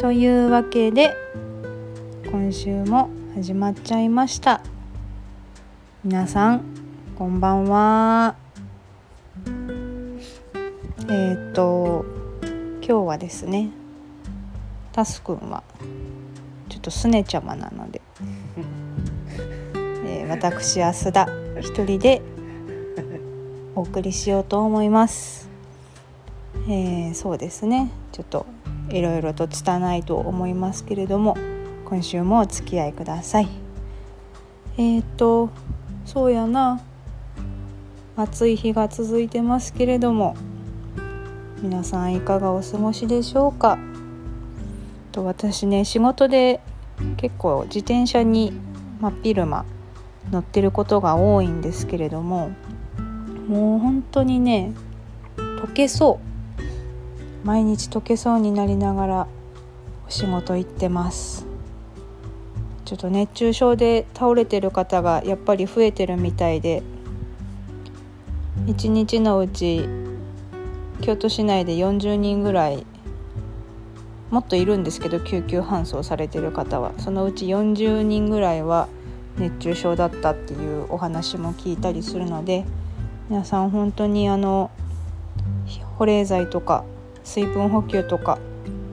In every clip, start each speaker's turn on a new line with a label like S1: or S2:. S1: というわけで今週も始まっちゃいました皆さんこんばんはえーっと今日はですねタスくんはちょっとすねちゃまなので、えー私安田一人でお送りしようと思いますえーそうですねちょっといろいろと拙いと思いますけれども今週もお付き合いくださいえーっとそうやな暑い日が続いてますけれども皆さんいかがお過ごしでしょうかと私ね仕事で結構自転車に真っ昼間乗ってることが多いんですけれどももう本当にね溶けそう毎日溶けそうになりながらお仕事行ってますちょっと熱中症で倒れてる方がやっぱり増えてるみたいで1日のうち京都市内で40人ぐらいもっといるんですけど救急搬送されてる方はそのうち40人ぐらいは熱中症だったっていうお話も聞いたりするので皆さん本当にあの保冷剤とか水分補給とか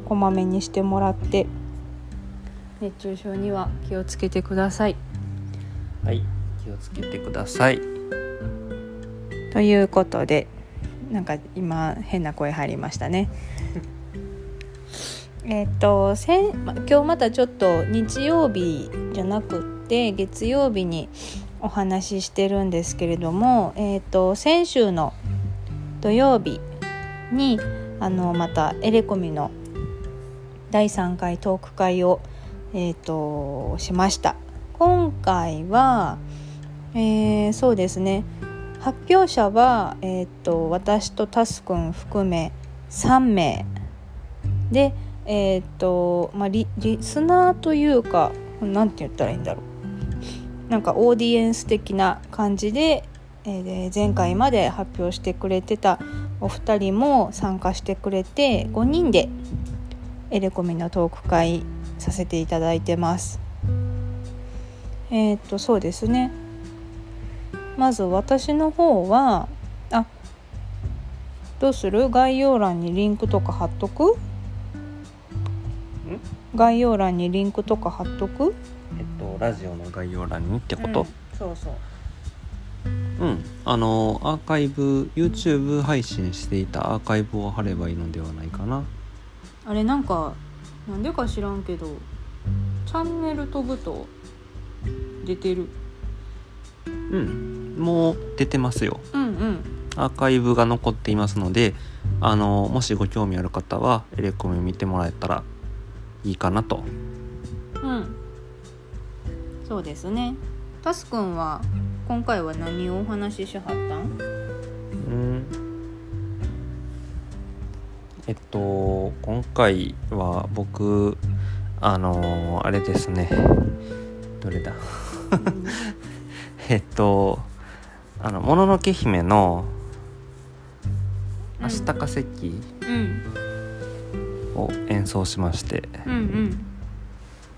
S1: こまめにしてもらって熱中症には気をつけてください。
S2: はい、気をつけてください。
S1: ということでなんか今変な声入りましたね。えっと先ま今日またちょっと日曜日じゃなくって月曜日にお話ししてるんですけれども、えっと先週の土曜日にあのまたエレコミの第3回トーク会を、えっとしました。今回は、えーそうですね発表者は、えーっと私とタスくん含め3名で、えーっとまあ、リリスナーというかなんて言ったらいいんだろうなんかオーディエンス的な感じで,、えーで前回まで発表してくれてたお二人も参加してくれて5人でエレコミのトーク会させていただいてます。えーっとそうですねまず私の方はあどうする概要欄にリンクとか貼っとく概要欄にリンクとか貼っとく
S2: えっとラジオの概要欄にってこ
S1: うん
S2: と。
S1: そうそう
S2: うん、あのアーカイブ YouTube 配信していたアーカイブを貼ればいいのではないかな。
S1: あれなんかなんでか知らんけどチャンネル飛ぶと出てる
S2: うん、もう出てますよ。
S1: うんうん
S2: アーカイブが残っていますので、あのもしご興味ある方はエレコミを見てもらえたらいいかなと。
S1: うんそうですねタスくんは今回は何をお話ししはった ん
S2: うんえっと今回は僕あのあれですねどれだ えっとあの「もののけ姫」の「明日化石
S1: うん」
S2: を演奏しまして、
S1: うん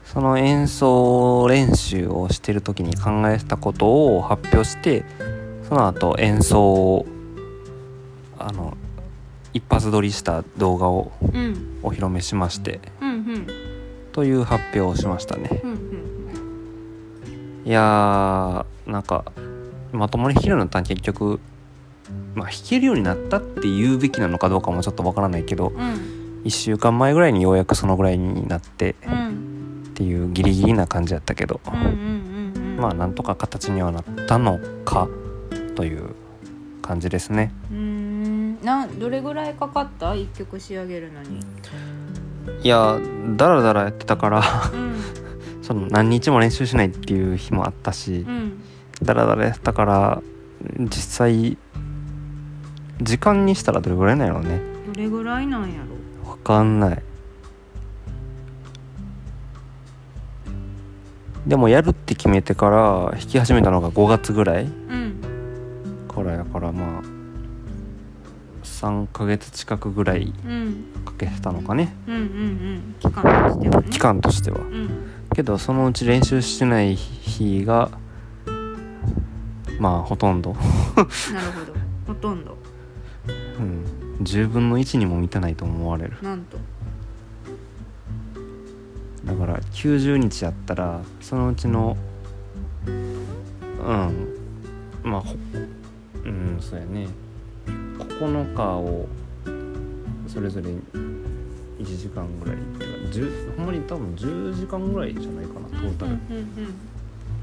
S2: その演奏練習をしてる時に考えたことを発表してその後演奏をあの一発撮りした動画を
S1: うんうん
S2: お披露目しまして
S1: うんうん
S2: という発表をしましたね
S1: うんうん
S2: いやーなんかまともに弾けるようになったの結局、まあ、弾けるようになったって言うべきなのかどうかもちょっとわからないけど
S1: うん
S2: 1週間前ぐらいにようやくそのぐらいになって
S1: うんうん
S2: っていうギリギリな感じだったけど、
S1: うんうんうん
S2: まあなんとか形にはなったのかという感じですね
S1: うーんなんどれぐらいかかった一曲仕上げるのに、
S2: いやダラダラやってたから
S1: うん
S2: その何日も練習しないっていう日もあったし
S1: うん、
S2: ダラダラやってたから実際時間にしたらどれぐらいなんやろうね
S1: どれぐらいなんやろ
S2: わかんないでもやるって決めてから弾き始めたのが5月ぐらい
S1: うん
S2: からやからまあ3ヶ月近くぐらい
S1: うん
S2: かけてたのかね
S1: うんうんうん期間としてはね
S2: 期間としては
S1: うん
S2: けどそのうち練習してない日がまあほとんど、
S1: なるほどほとんど
S2: うん、10分の1にも満たないと思われる
S1: なんと
S2: だから90日やったらそのうちのうんまあほうんそうやね9日をそれぞれ1時間ぐらいっていうか10ほんまに多分10時間ぐらいじゃないかなトータル、
S1: うんうん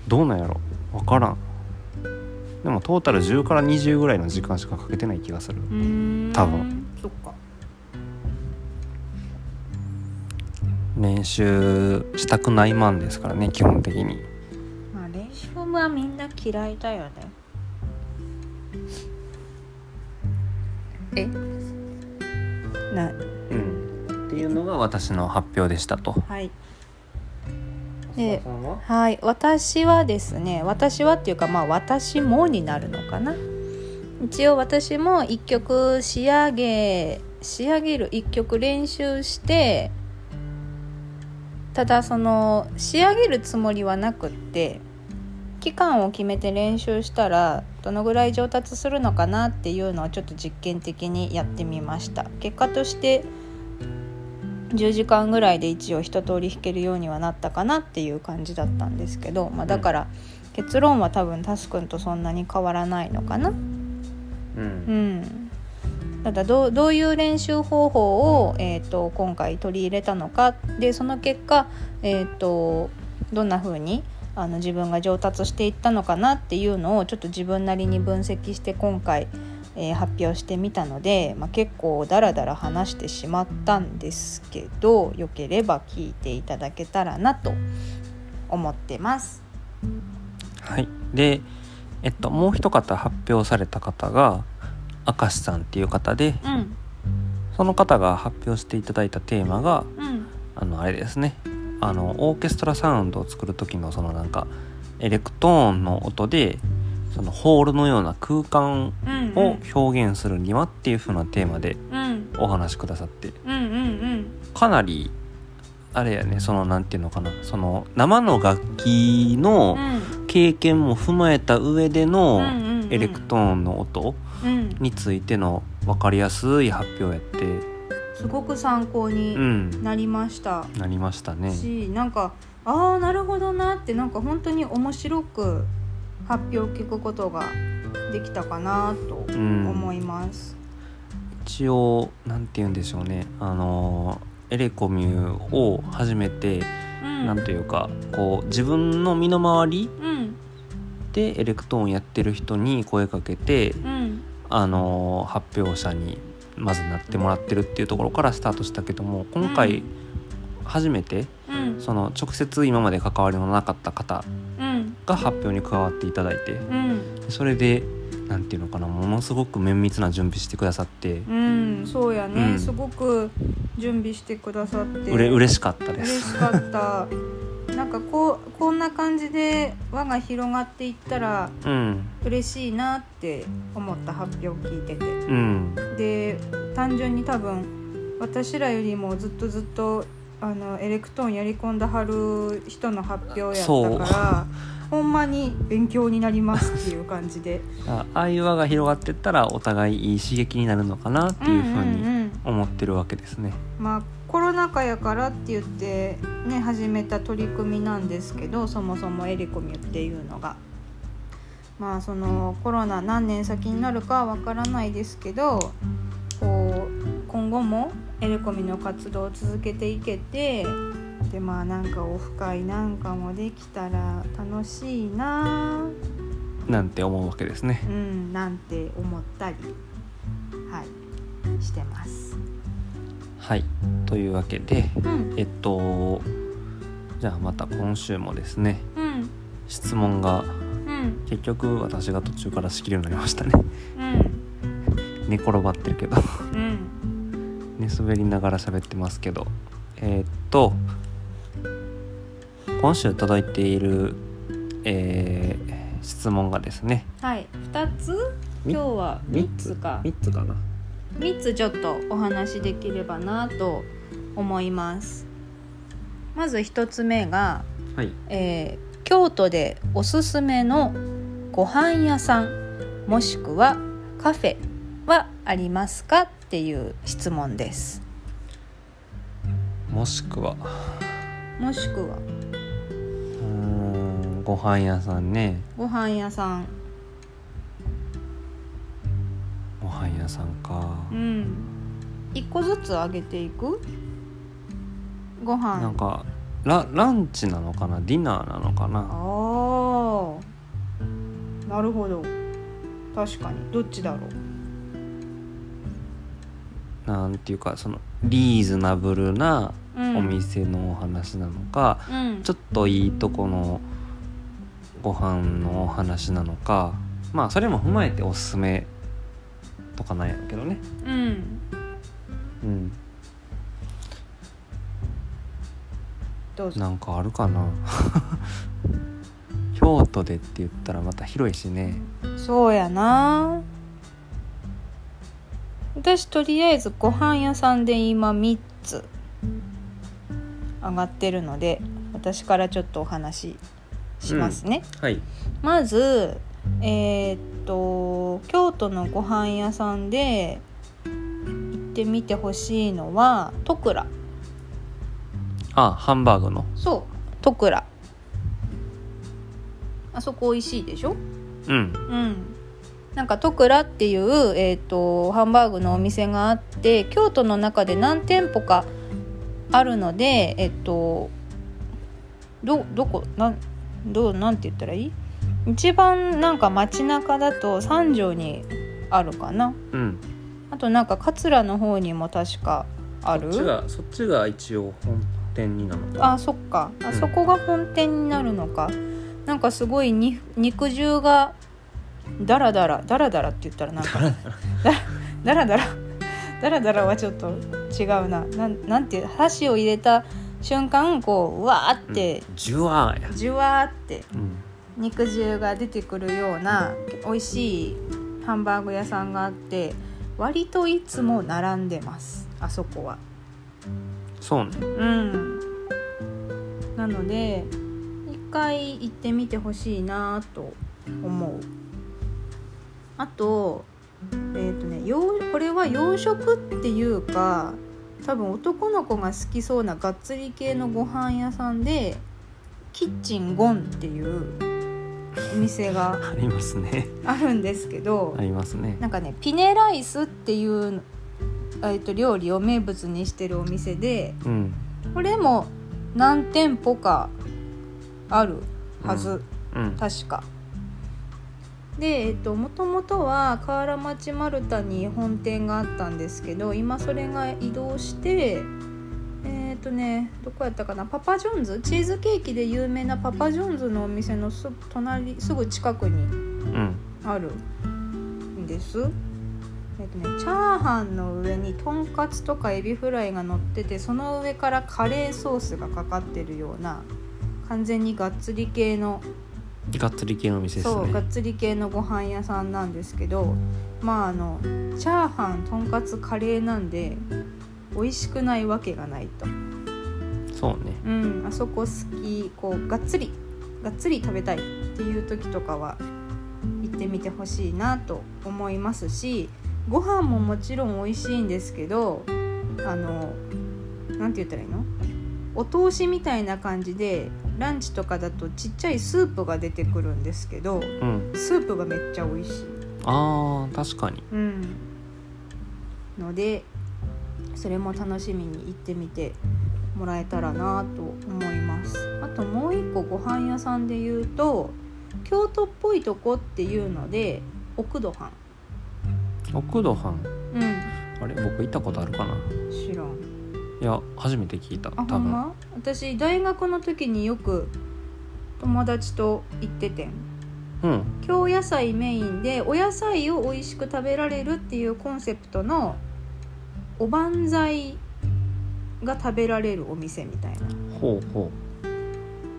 S2: どうなんやろ分からんでもトータル10から20ぐらいの時間しかかけてない気がする
S1: うんうーん
S2: 多分
S1: そっか
S2: 練習したくないマンですからね基本的に
S1: まあ練習はみんな嫌いだよねえな
S2: うんっていうのが私の発表でしたと
S1: はい
S2: え
S1: ではい私はですね私はっていうかまあ私もになるのかな一応私も1曲仕上げ仕上げる1曲練習してただその仕上げるつもりはなくって期間を決めて練習したらどのぐらい上達するのかなっていうのをちょっと実験的にやってみました結果として10時間ぐらいで一応一通り弾けるようにはなったかなっていう感じだったんですけど、まあ、だから結論は多分タスくんとそんなに変わらないのかな。
S2: う
S1: うんん、ただどうどういう練習方法を、えー、と今回取り入れたのかでその結果、えー、とどんな風にあの自分が上達していったのかなっていうのをちょっと自分なりに分析して今回、えー発表してみたので、まあ、結構ダラダラ話してしまったんですけどよければ聞いていただけたらなと思ってます。
S2: はいでえっともう一方発表された方が明石さんっていう方で
S1: うん、
S2: その方が発表していただいたテーマが
S1: うん、
S2: あのあれですねあのオーケストラサウンドを作る時のそのなんかエレクトーンの音でそのホールのような空間
S1: うん、
S2: を表現するにはっていう風なテーマで
S1: うん、うん、
S2: お話しくださって
S1: うん、うん、
S2: かなりあれやねそのなんていうのかなその生の楽器の
S1: うん。
S2: 経験も踏まえた上での
S1: うんうんうん
S2: エレクトーンの音
S1: うん、
S2: についての分かりやすい発表やって
S1: すごく参考
S2: う
S1: に
S2: ん
S1: なりました
S2: なりましたね。
S1: し、なんかああなるほどなってなんか本当に面白く発表を聞くことができたかなと
S2: ん
S1: 思います。
S2: 一応なんて言うんでしょうねあのエレコミューを始めて
S1: うん、
S2: なんというかこう自分の身の回り
S1: うん
S2: でエレクトーンやってる人に声かけて
S1: うん
S2: あの発表者にまずなってもらってるっていうところからスタートしたけども今回初めて
S1: うん
S2: その直接今まで関わりのなかった方
S1: うん
S2: が発表に加わっていただいて
S1: うん
S2: それでなんていうのかなものすごく綿密な準備してくださって
S1: うんそうやね、
S2: うん
S1: すごく準備してくださって
S2: うれ嬉しかったで
S1: 嬉
S2: す。
S1: しかった。なんかこうこんな感じで輪が広がっていったら
S2: うん
S1: 嬉しいなって思った発表を聞いてて
S2: うん
S1: で単純に多分私らよりもずっとずっとあのエレクトーンやり込んだはる人の発表やったからほんまに勉強になりますっていう感じで
S2: あああいう輪が広がってったらお互いいい刺激になるのかなっていうふうに
S1: ん
S2: 思ってるわけですね。
S1: まあコロナ禍やからって言ってね始めた取り組みなんですけどそもそもエレコミュっていうのが。まあそのコロナ何年先になるかはわからないですけどこう今後もエレコミの活動を続けていけてでまあなんかオフ会なんかもできたら楽しいな
S2: なんて思うわけですね
S1: あ。うんなんて思ったりはいしてます。
S2: はいというわけで
S1: うん
S2: えっとじゃあまた今週もですね
S1: うん
S2: 質問が
S1: うん
S2: 結局私が途中から仕切るようになりましたね
S1: うん
S2: 寝転ばってるけど
S1: うん
S2: 寝そべりながら喋ってますけどえーっと今週届いている、えー質問がですね
S1: はい、二つ。
S2: み
S1: 今日は三つか。
S2: つかな
S1: 3つちょっとお話しできればなと思いますまず1つ目が、
S2: はい
S1: えー京都でおすすめのご飯屋さんもしくはカフェはありますかっていう質問です
S2: もしくは
S1: もしくは
S2: うーんご飯屋さんね
S1: ご飯屋さん
S2: ご飯屋さんか
S1: うん一個ずつあげていくご
S2: な
S1: 飯
S2: んかラランチなのかなディナーなのかな
S1: ああなるほど確かにどっちだろう
S2: なんていうかそのリーズナブルな
S1: うん
S2: お店のお話なのか、
S1: うん
S2: ちょっといいとこのご飯のお話なのかまあそれも踏まえておすすめとかなんやろうけどね
S1: うん
S2: うん
S1: どうぞ
S2: なんかあるかな 京都でって言ったらまた広いしね
S1: そうやな私とりあえずご飯屋さんで今3つ上がってるので私からちょっとお話ししますね、
S2: はい
S1: まずえーっと京都のご飯屋さんで行ってみてほしいのはトクラ
S2: あハンバーグの
S1: そうトクラあそこ美味しいでしょ
S2: うん
S1: うんなんかトクラっていう、えーっとハンバーグのお店があって京都の中で何店舗かあるのでえっとどどこなんどうなんて言ったらいい一番なんか街中だと三条にあるかな
S2: うん
S1: あとなんか桂の方にも確かあ
S2: そ
S1: る
S2: っちがそっちが一応本店になのか
S1: あそっかあ、
S2: うん
S1: そこが本店になるのかなんかすごいに肉汁がダラダラダラダラって言ったらなんかダラダラダラダラはちょっと違うななんなんていう箸を入れた瞬間こううわーって、
S2: うんジュワーや、
S1: じゅわーって
S2: うん、
S1: 肉汁が出てくるような美味しいハンバーグ屋さんがあって割といつも並んでますあそこは。
S2: そうね
S1: うん、なので一回行ってみてほしいなと思うあとえっ、とね洋これは洋食っていうか多分男の子が好きそうながっつり系のご飯屋さんでキッチンゴンっていうお店が
S2: ありますね
S1: あるんですけど、
S2: ありますね
S1: なんかねピネライスっていう、えー、と料理を名物にしてるお店で
S2: うん
S1: これも何店舗かあるはず、
S2: うん
S1: 確かでえっともともとは河原町丸太に本店があったんですけど今それが移動してえっとねどこやったかなパパジョンズチーズケーキで有名なパパジョンズのお店のすぐ隣すぐ近くに
S2: うん
S1: あるんです。えっとね、チャーハンの上にとんかつとかエビフライが乗っててその上からカレーソースがかかってるような完全にがっつり系の、
S2: がっつり系のお店です
S1: そうが
S2: ね
S1: っつり系のご飯屋さんなんですけどまああのチャーハンとんかつカレーなんで美味しくないわけがないと、
S2: そうね
S1: うん、あそこ好きこうがっつりがっつり食べたいっていう時とかは行ってみてほしいなと思いますしご飯ももちろん美味しいんですけどあのなんて言ったらいいのお通しみたいな感じでランチとかだとちっちゃいスープが出てくるんですけど
S2: うん
S1: スープがめっちゃ美味しい、
S2: あー確かに
S1: うん、のでそれも楽しみに行ってみてもらえたらなと思いますあともう一個ご飯屋さんで言うと京都っぽいとこっていうので奥土藩
S2: 奥土藩
S1: うん
S2: あれ僕行ったことあるかな
S1: 知らん
S2: いや初めて聞いた
S1: あ
S2: 多
S1: ほん
S2: 分
S1: ま私大学の時によく友達と行っててん
S2: うん
S1: 京野菜メインでお野菜を美味しく食べられるっていうコンセプトのおばんざいが食べられるお店みたいな
S2: ほうほ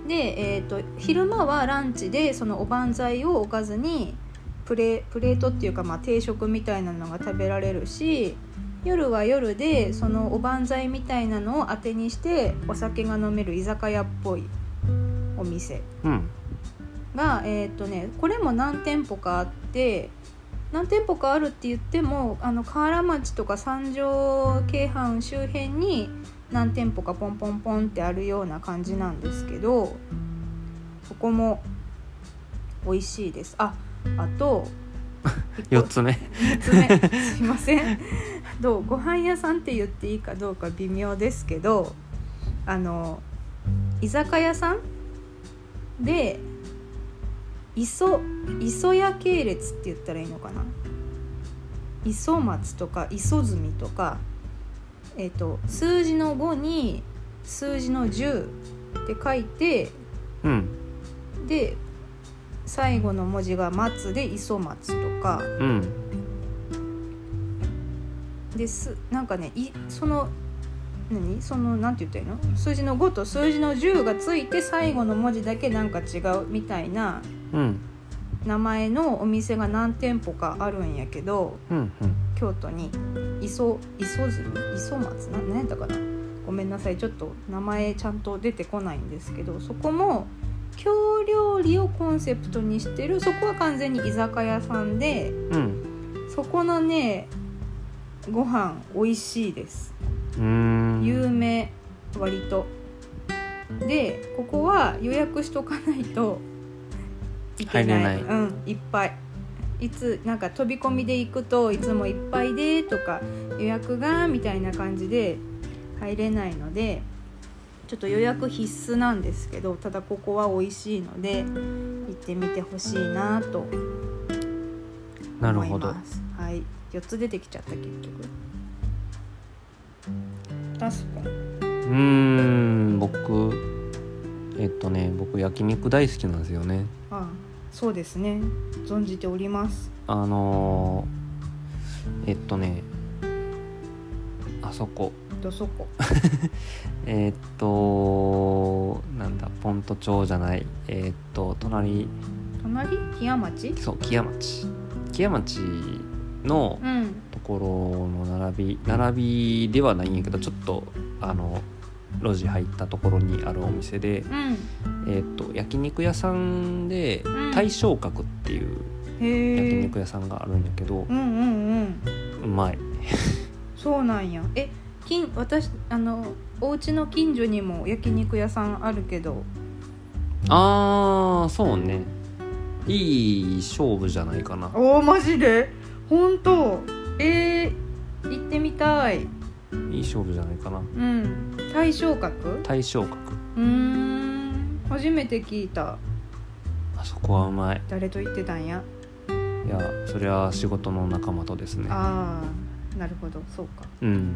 S1: で、えー、と昼間はランチでそのおばんざいをおかずにプレプレートっていうか、まあ、定食みたいなのが食べられるし夜は夜でそのおばんざいみたいなのを当てにしてお酒が飲める居酒屋っぽいお店
S2: うん
S1: が、えーっとね、これも何店舗かあって何店舗かあるって言ってもあの河原町とか三条京阪周辺に何店舗かポンポンポンってあるような感じなんですけどここも美味しいですああと
S2: 4つ目
S1: 3つ目すいませんどうご飯屋さんって言っていいかどうか微妙ですけどあの居酒屋さんで磯磯屋系列って言ったらいいのかな磯松とか磯積とか、えっと数字の5に数字の10って書いて
S2: うん
S1: で最後の文字が「松」で磯松とか。
S2: うん
S1: ですなんかねいその何そのなんて言ったらいいの数字の5と数字の10がついて最後の文字だけなんか違うみたいな
S2: うん
S1: 名前のお店が何店舗かあるんやけど
S2: うん
S1: 京都に磯磯住磯松な何やったかなごめんなさいちょっと名前ちゃんと出てこないんですけどそこも京料理をコンセプトにしてるそこは完全に居酒屋さんで
S2: うん
S1: そこのねご飯美味しいです。
S2: うんうーん
S1: 有名割とでここは予約しとかないといけない
S2: 入れ
S1: うん、いっぱいいつなんか飛び込みで行くといつもいっぱいでとか予約がみたいな感じで入れないのでちょっと予約必須なんですけどただここは美味しいので行ってみてほしいなと思います
S2: なるほど
S1: はい4つ出てきちゃった結局確かに
S2: うーん僕えっとね僕焼肉大好きなんですよね
S1: ああそうですね存じております
S2: あのー、えっとねあそこ
S1: どそこ
S2: えっとなんだポント町じゃないえっと隣
S1: 隣木屋町
S2: そう木屋町木屋町の
S1: うん
S2: ところの並び並びではないんやけどちょっとあの路地入ったところにあるお店で、
S1: うん
S2: えっと焼肉屋さんで
S1: ん
S2: 大正閣っていう焼
S1: へえ
S2: 肉屋さんがあるんやけど
S1: う、んうんうん
S2: うまい
S1: そうなんやえ近私あのお家の近所にも焼肉屋さんあるけど
S2: あーそうねいい勝負じゃないかな
S1: おおマジで本当えー、行ってみたい
S2: いい勝負じゃないかな
S1: うん大正閣う
S2: 大正閣
S1: ーん初めて聞いた
S2: あそこはうまい
S1: 誰と行ってたんや
S2: いやそれは仕事の仲間とですね
S1: ああなるほどそうか
S2: うん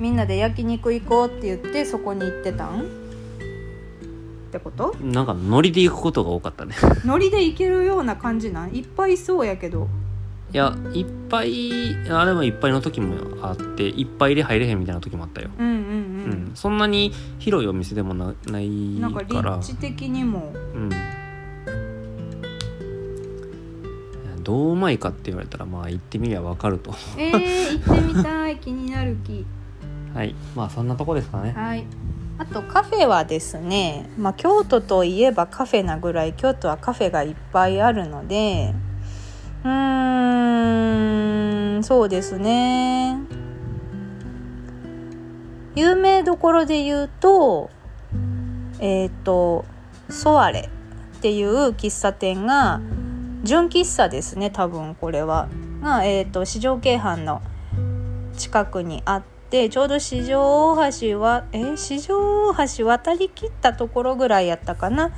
S1: みんなで焼肉行こうって言ってそこに行ってたんってこと
S2: なんかノリで行くことが多かったね
S1: ノリで行けるような感じなんいっぱいいそうやけど
S2: いやいっぱいあれもいっぱいの時もあっていっぱいで入れへんみたいな時もあったよ、
S1: うんうん
S2: う
S1: うんん、
S2: そんなに広いお店でもなない
S1: なんか
S2: から
S1: 立地的にも
S2: うんどううまいかって言われたらまあ行ってみりゃわか ると
S1: えー、行ってみたい気になる気
S2: はいまあそんなとこですかね
S1: はいあとカフェはですね、まあ、京都といえばカフェなぐらい京都はカフェがいっぱいあるのでうーんそうですね有名どころで言うとえっ、とソアレっていう喫茶店が純喫茶ですね多分これはが、えー、と市場京阪の近くにあってちょうど市場大橋はえー市場大橋渡りきったところぐらいやったかな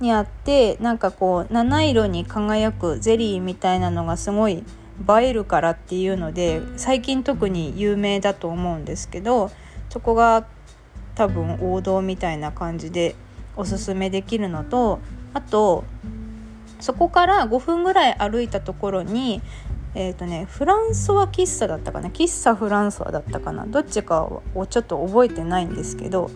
S1: にあってなんかこう七色に輝くゼリーみたいなのがすごい映えるからっていうので最近特に有名だと思うんですけどそこが多分王道みたいな感じでおすすめできるのとあとそこから5分ぐらい歩いたところにえーとね、フランソワ喫茶だったかな喫茶フランソワだったかなどっちかをちょっと覚えてないんですけど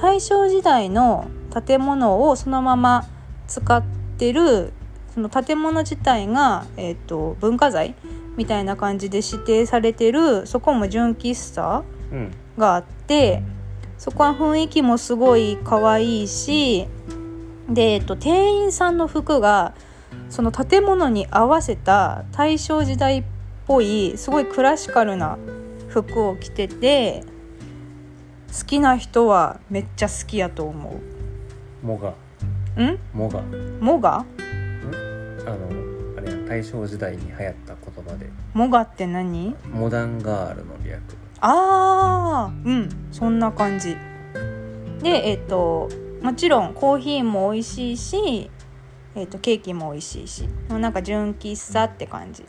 S1: 大正時代の建物をそのまま使ってるその建物自体が、えー、と文化財みたいな感じで指定されてるそこも純喫茶
S2: うん
S1: があってそこは雰囲気もすごい可愛いしで、えっと、店員さんの服がその建物に合わせた大正時代っぽいすごいクラシカルな服を着てて好きな人はめっちゃ好きやと思
S2: モガ
S1: う。ん
S2: モガ
S1: モガ
S2: あのあれや大正時代に流行った言葉で
S1: モガって何
S2: モダンガールの略
S1: あーうんそんな感じでえっ、ともちろんコーヒーも美味しいし、えっとケーキも美味しいしなんか純喫茶って感じ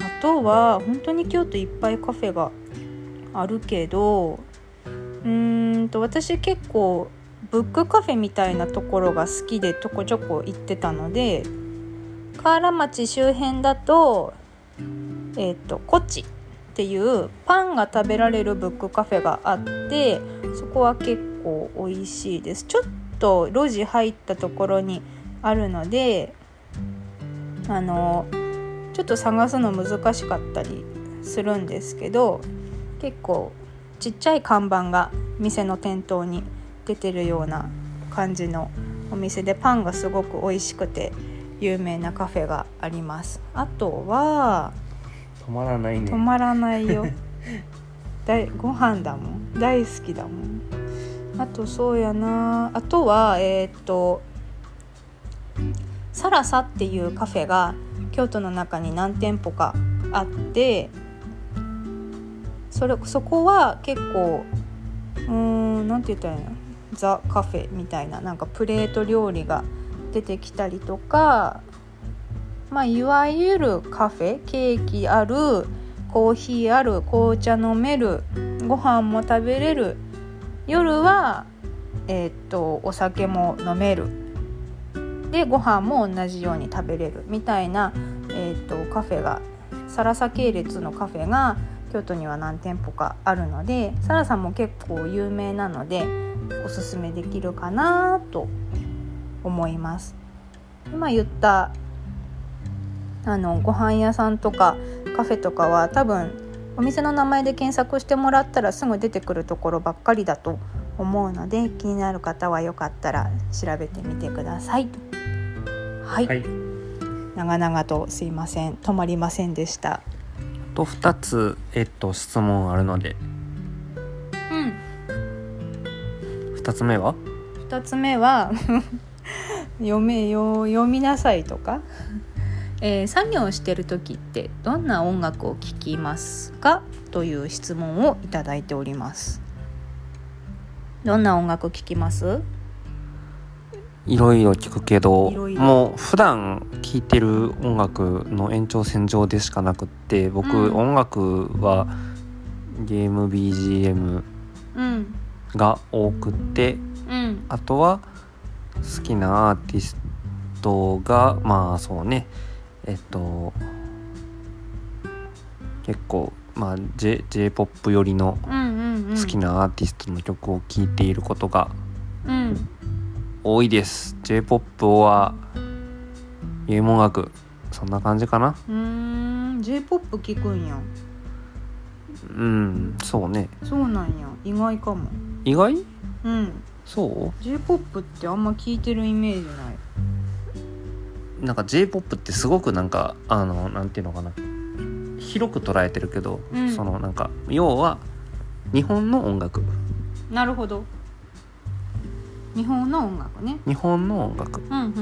S1: あとは本当に京都いっぱいカフェがあるけどうーんと私結構ブックカフェみたいなところが好きでちょこちょこ行ってたので河原町周辺だとえっ、とコチっていうパンが食べられるブックカフェがあってそこは結構美味しいですちょっと路地入ったところにあるのであのちょっと探すの難しかったりするんですけど結構ちっちゃい看板が店の店頭に出てるような感じのお店でパンがすごく美味しくて有名なカフェがありますあとは
S2: 止まらないね
S1: 止まらない よだいご飯だもん大好きだもんあとそうやなあとはえーっとサラサっていうカフェが京都の中に何店舗かあってそれそこは結構うーんなんて言ったらいいのザ・カフェみたいななんかプレート料理が出てきたりとかまあいわゆるカフェケーキあるコーヒーある紅茶飲めるご飯も食べれる夜はえーっとお酒も飲めるでご飯も同じように食べれるみたいな、えーっとカフェがサラサ系列のカフェが京都には何店舗かあるのでサラさんも結構有名なのでおすすめできるかなと思います。今言ったあのご飯屋さんとかカフェとかは多分お店の名前で検索してもらったらすぐ出てくるところばっかりだと思うので気になる方はよかったら調べてみてください。はい、
S2: はい
S1: 長々とすいません止まりませんでした。
S2: あと2つえっと質問あるので
S1: うん
S2: 2つ目は
S1: 2つ目は 読めよ読みなさいとか、えー作業してる時ってどんな音楽を聴きますかという質問をいただいておりますどんな音楽聴きます
S2: いろいろ聞くけど
S1: いろいろ
S2: もう普段聴いてる音楽の延長線上でしかなくって僕、
S1: うん
S2: 音楽はゲーム BGM
S1: うん
S2: が多くって
S1: うん
S2: あとは好きなアーティストがまあそうねえっと結構まあ J j p o p 寄りの
S1: うんうんうん
S2: 好きなアーティストの曲を聴いていることが
S1: うん
S2: 多いです J-POP はゲーム音楽そんな感じかな
S1: うーん J-POP 聴くんや
S2: うんそうね
S1: そうなんや意外かも
S2: 意外
S1: うん
S2: そ
S1: J-POP ってあんま聴いてるイメージないう
S2: なんか J-POP ってすごくなんかあのなんていうのかな広く捉えてるけど、
S1: うん
S2: そのなんか要は日本の音楽
S1: なるほど日本の音楽ね
S2: 日本の音楽
S1: うんうん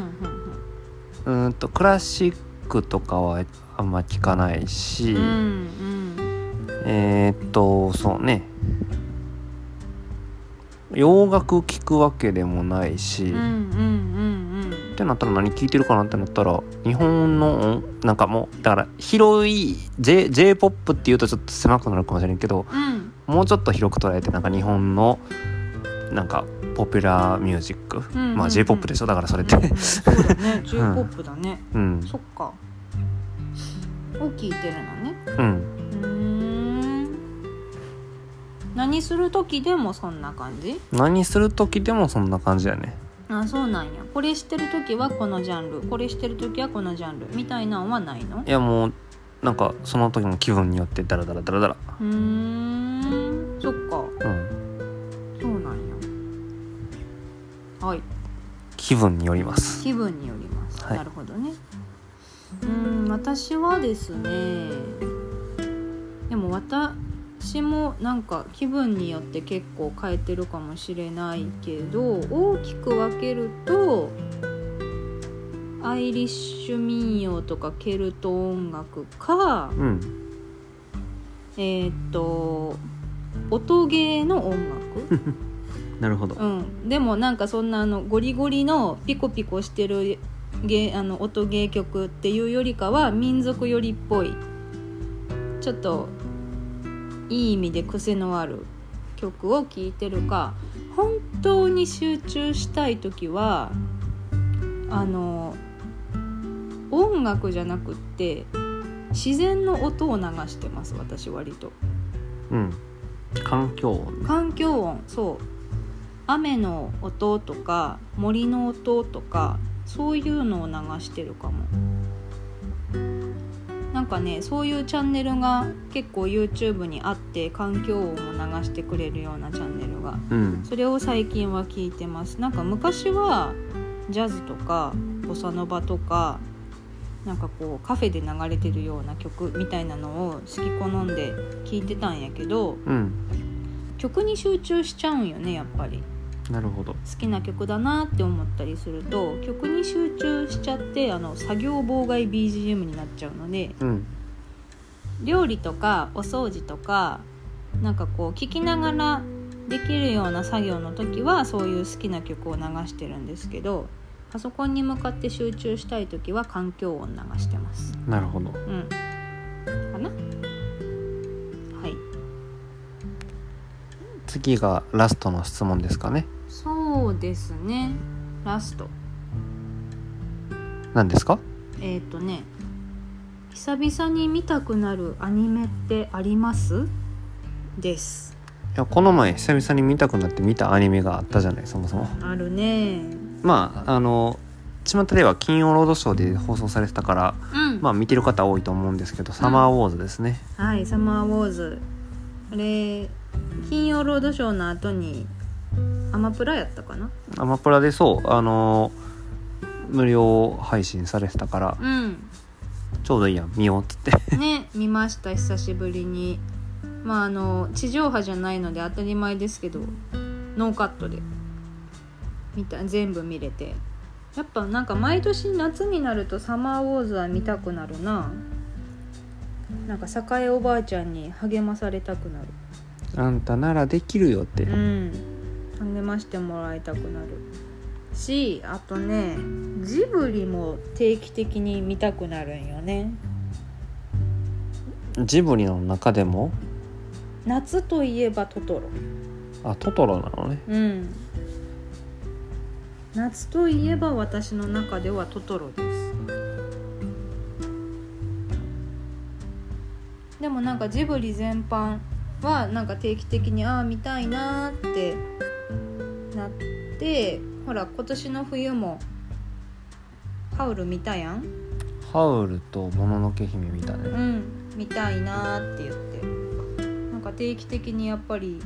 S1: うん
S2: うーんとクラシックとかはあんま聞かないし、
S1: うんうん
S2: えーっとそうね洋楽聞くわけでもないし、
S1: うんうんうん
S2: ってなったら何聞いてるかなってなったら日本の音なんかもうだから広い J j p o p っていうとちょっと狭くなるかもしれんけど
S1: うんうん
S2: もうちょっと広く捉えてなんか日本のなんかポピュラーミュージック、
S1: うんうんうん
S2: まあ j p o p でしょだからそれって
S1: うんそうだね J−POP だね、
S2: うん
S1: そっかを聞いてるのね
S2: うん
S1: うーん何する時でもそんな感じ
S2: 何する時でもそんな感じだね
S1: うあそうなんやこれしてる時はこのジャンルこれしてる時はこのジャンルみたいなんはないの
S2: いやもうなんかその時の気分によってダラダラダラダ
S1: うーんそっか
S2: ラ、うん、
S1: そうなんやはい
S2: 気分によります
S1: 気分によります、
S2: はい
S1: なるほどねうーん私はですねでも私もなんか気分によって結構変えてるかもしれないけど大きく分けるとアイリッシュ民謡とかケルト音楽か
S2: うん
S1: えーっと音ゲーの音楽
S2: なるほど
S1: うん、でもなんかそんなあのゴリゴリのピコピコしてる芸あの音芸曲っていうよりかは民族寄りっぽいちょっといい意味で癖のある曲を聴いてるか本当に集中したい時はあの音楽じゃなくって自然の音を流してます私割と。
S2: うん環境音
S1: 環境音そう雨の音とか森の音とかそういうのを流してるかもなんかねそういうチャンネルが結構 YouTube にあって環境音を流してくれるようなチャンネルが
S2: うん
S1: それを最近は聞いてますなんか昔はジャズとかボサノバとかなんかこうカフェで流れてるような曲みたいなのを好き好んで聞いてたんやけど
S2: うん
S1: 曲に集中しちゃうんよねやっぱり
S2: なるほど
S1: 好きな曲だなって思ったりすると曲に集中しちゃってあの作業妨害 BGM になっちゃうので
S2: うん
S1: 料理とかお掃除とかなんかこう聴きながらできるような作業の時はそういう好きな曲を流してるんですけどパソコンに向かって集中したい時は環境音流してます。
S2: なるほど
S1: うん。かなはい。
S2: 次がラストの質問ですかね
S1: そうですね。ラスト。
S2: 何ですか
S1: えっ、とね久々に見たくなるアニメってありますです
S2: いやこの前久々に見たくなって見たアニメがあったじゃないそもそも
S1: あるね
S2: まああの巷では金曜ロードショーで放送されてたから
S1: うん、
S2: まあ見てる方多いと思うんですけど、サマーウォーズですね
S1: はい「サマーウォーズ」あれ金曜ロードショーの後にアマプラやったかな
S2: アマプラでそうあの無料配信されてたから
S1: うん
S2: ちょうどいいやん見ようっつって
S1: ね見ました久しぶりにまああの地上波じゃないので当たり前ですけどノーカットで見た全部見れてやっぱなんか毎年夏になるとサマーウォーズは見たくなるななんか栄おばあちゃんに励まされたくなる
S2: あんたならできるよって
S1: うん励ましてもらいたくなるしあとねジブリも定期的に見たくなるんよね
S2: ジブリの中でも
S1: 夏といえばトトロ
S2: あトトロなのね
S1: うん夏といえば私の中ではトトロですでもなんかジブリ全般はなんか定期的にああ見たいなーってなってほら今年の冬もハウル見たやん
S2: ハウルともののけ姫見た
S1: う
S2: ね
S1: ん見たいなーって言ってなんか定期的にやっぱり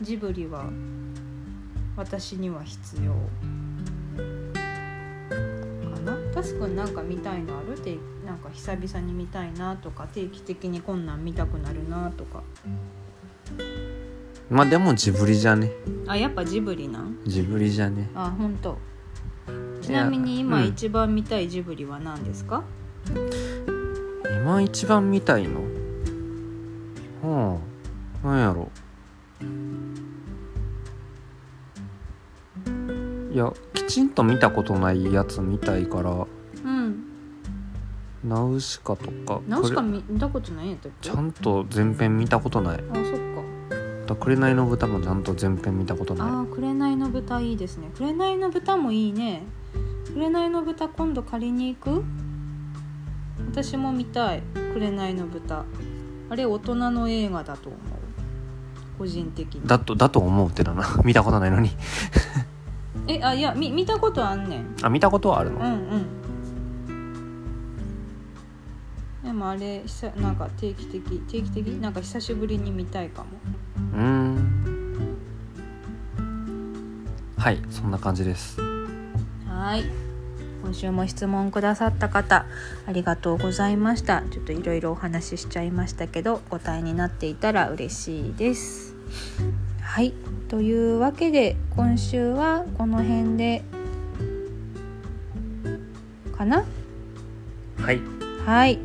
S1: ジブリは私には必要かなタスくんなんか見たいのあるってなんか久々に見たいなとか定期的にこんなん見たくなるなとか
S2: まあでもジブリじゃね
S1: あやっぱジブリなん
S2: ジブリじゃね
S1: あ本当ちなみに
S2: い
S1: 今
S2: やうん
S1: 一番見たいジブリは何ですか、
S2: 今一番見たいのうん何やろいやきちんと見たことないやつ見たいから
S1: うん
S2: ナウシカとか
S1: ナウシカ
S2: くれ
S1: 見たことないんやったっけ
S2: ち
S1: あ
S2: ゃんと全編見たことない
S1: そっか
S2: あと紅の豚もちゃんと全編見たことない
S1: ああ紅の豚いいですね紅の豚もいいね紅の豚今度借りに行く私も見たい紅の豚あれ大人の映画だと思う個人的に
S2: だとだと思うってだな見たことないのに
S1: えあいやみ見たことあんねん
S2: あ見たことはあるの、
S1: うんうんでもあれ久なんか定期的定期的なんか久しぶりに見たいかも
S2: うーんはいそんな感じです
S1: はい今週も質問くださった方ありがとうございましたちょっといろいろお話ししちゃいましたけどお答えになっていたら嬉しいですはいというわけで今週はこの辺でかな
S2: はい
S1: はい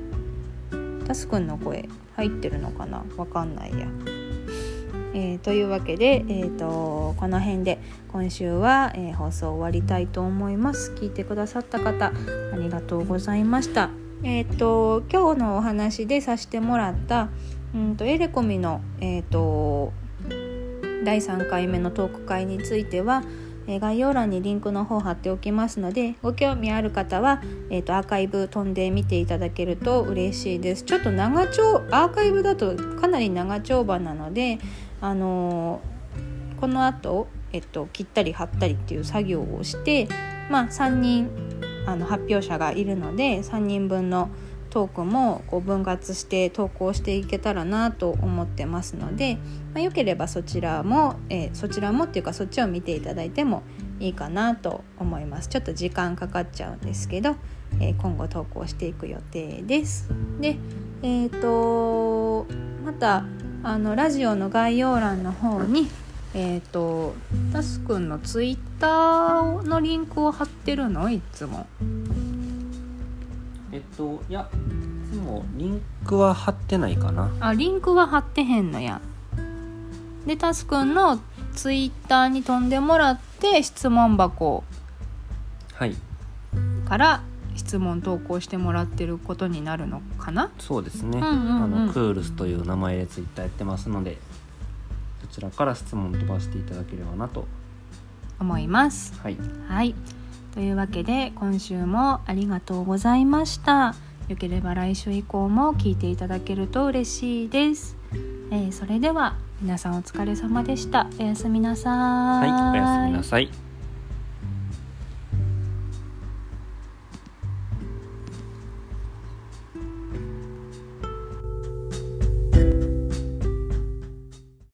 S1: タスくんの声入ってるのかなわかんないや、 えーというわけで、えー、とこの辺で今週は、えー放送終わりたいと思います聞いてくださった方ありがとうございましたえっ、と今日のお話でさせてもらったうんとエレコミのえっ、と第3回目のトーク会についてはえー概要欄にリンクの方貼っておきますのでご興味ある方はえー、とアーカイブ飛んで見ていただけると嬉しいですちょっと長丁アーカイブだとかなり長丁場なので、あのーこの後、えっと切ったり貼ったりっていう作業をして、まあ、3人あの発表者がいるので3人分のトークもこう分割して投稿していけたらなと思ってますので、まあ、よければそちらも、えーそちらもっていうかそっちを見ていただいてもいいかなと思いますちょっと時間かかっちゃうんですけど、えー今後投稿していく予定ですでえっ、とまたあのラジオの概要欄の方にえっ、とタスくんのツイッターのリンクを貼ってるのいつも
S2: えっといやでもリンクは貼ってないかな
S1: あリンクは貼ってへんのやでタスくんのツイッターに飛んでもらって質問箱
S2: はい
S1: から質問投稿してもらってることになるのかな
S2: そうですね、
S1: うんうんうん
S2: あのクールスという名前でツイッターやってますのでそちらから質問飛ばしていただければなと
S1: 思います
S2: はい
S1: はい。というわけで今週もありがとうございました。よければ来週以降も聞いていただけると嬉しいです。えーそれでは皆さんお疲れ様でした。おやすみなさ。
S2: はいいおやすみなさい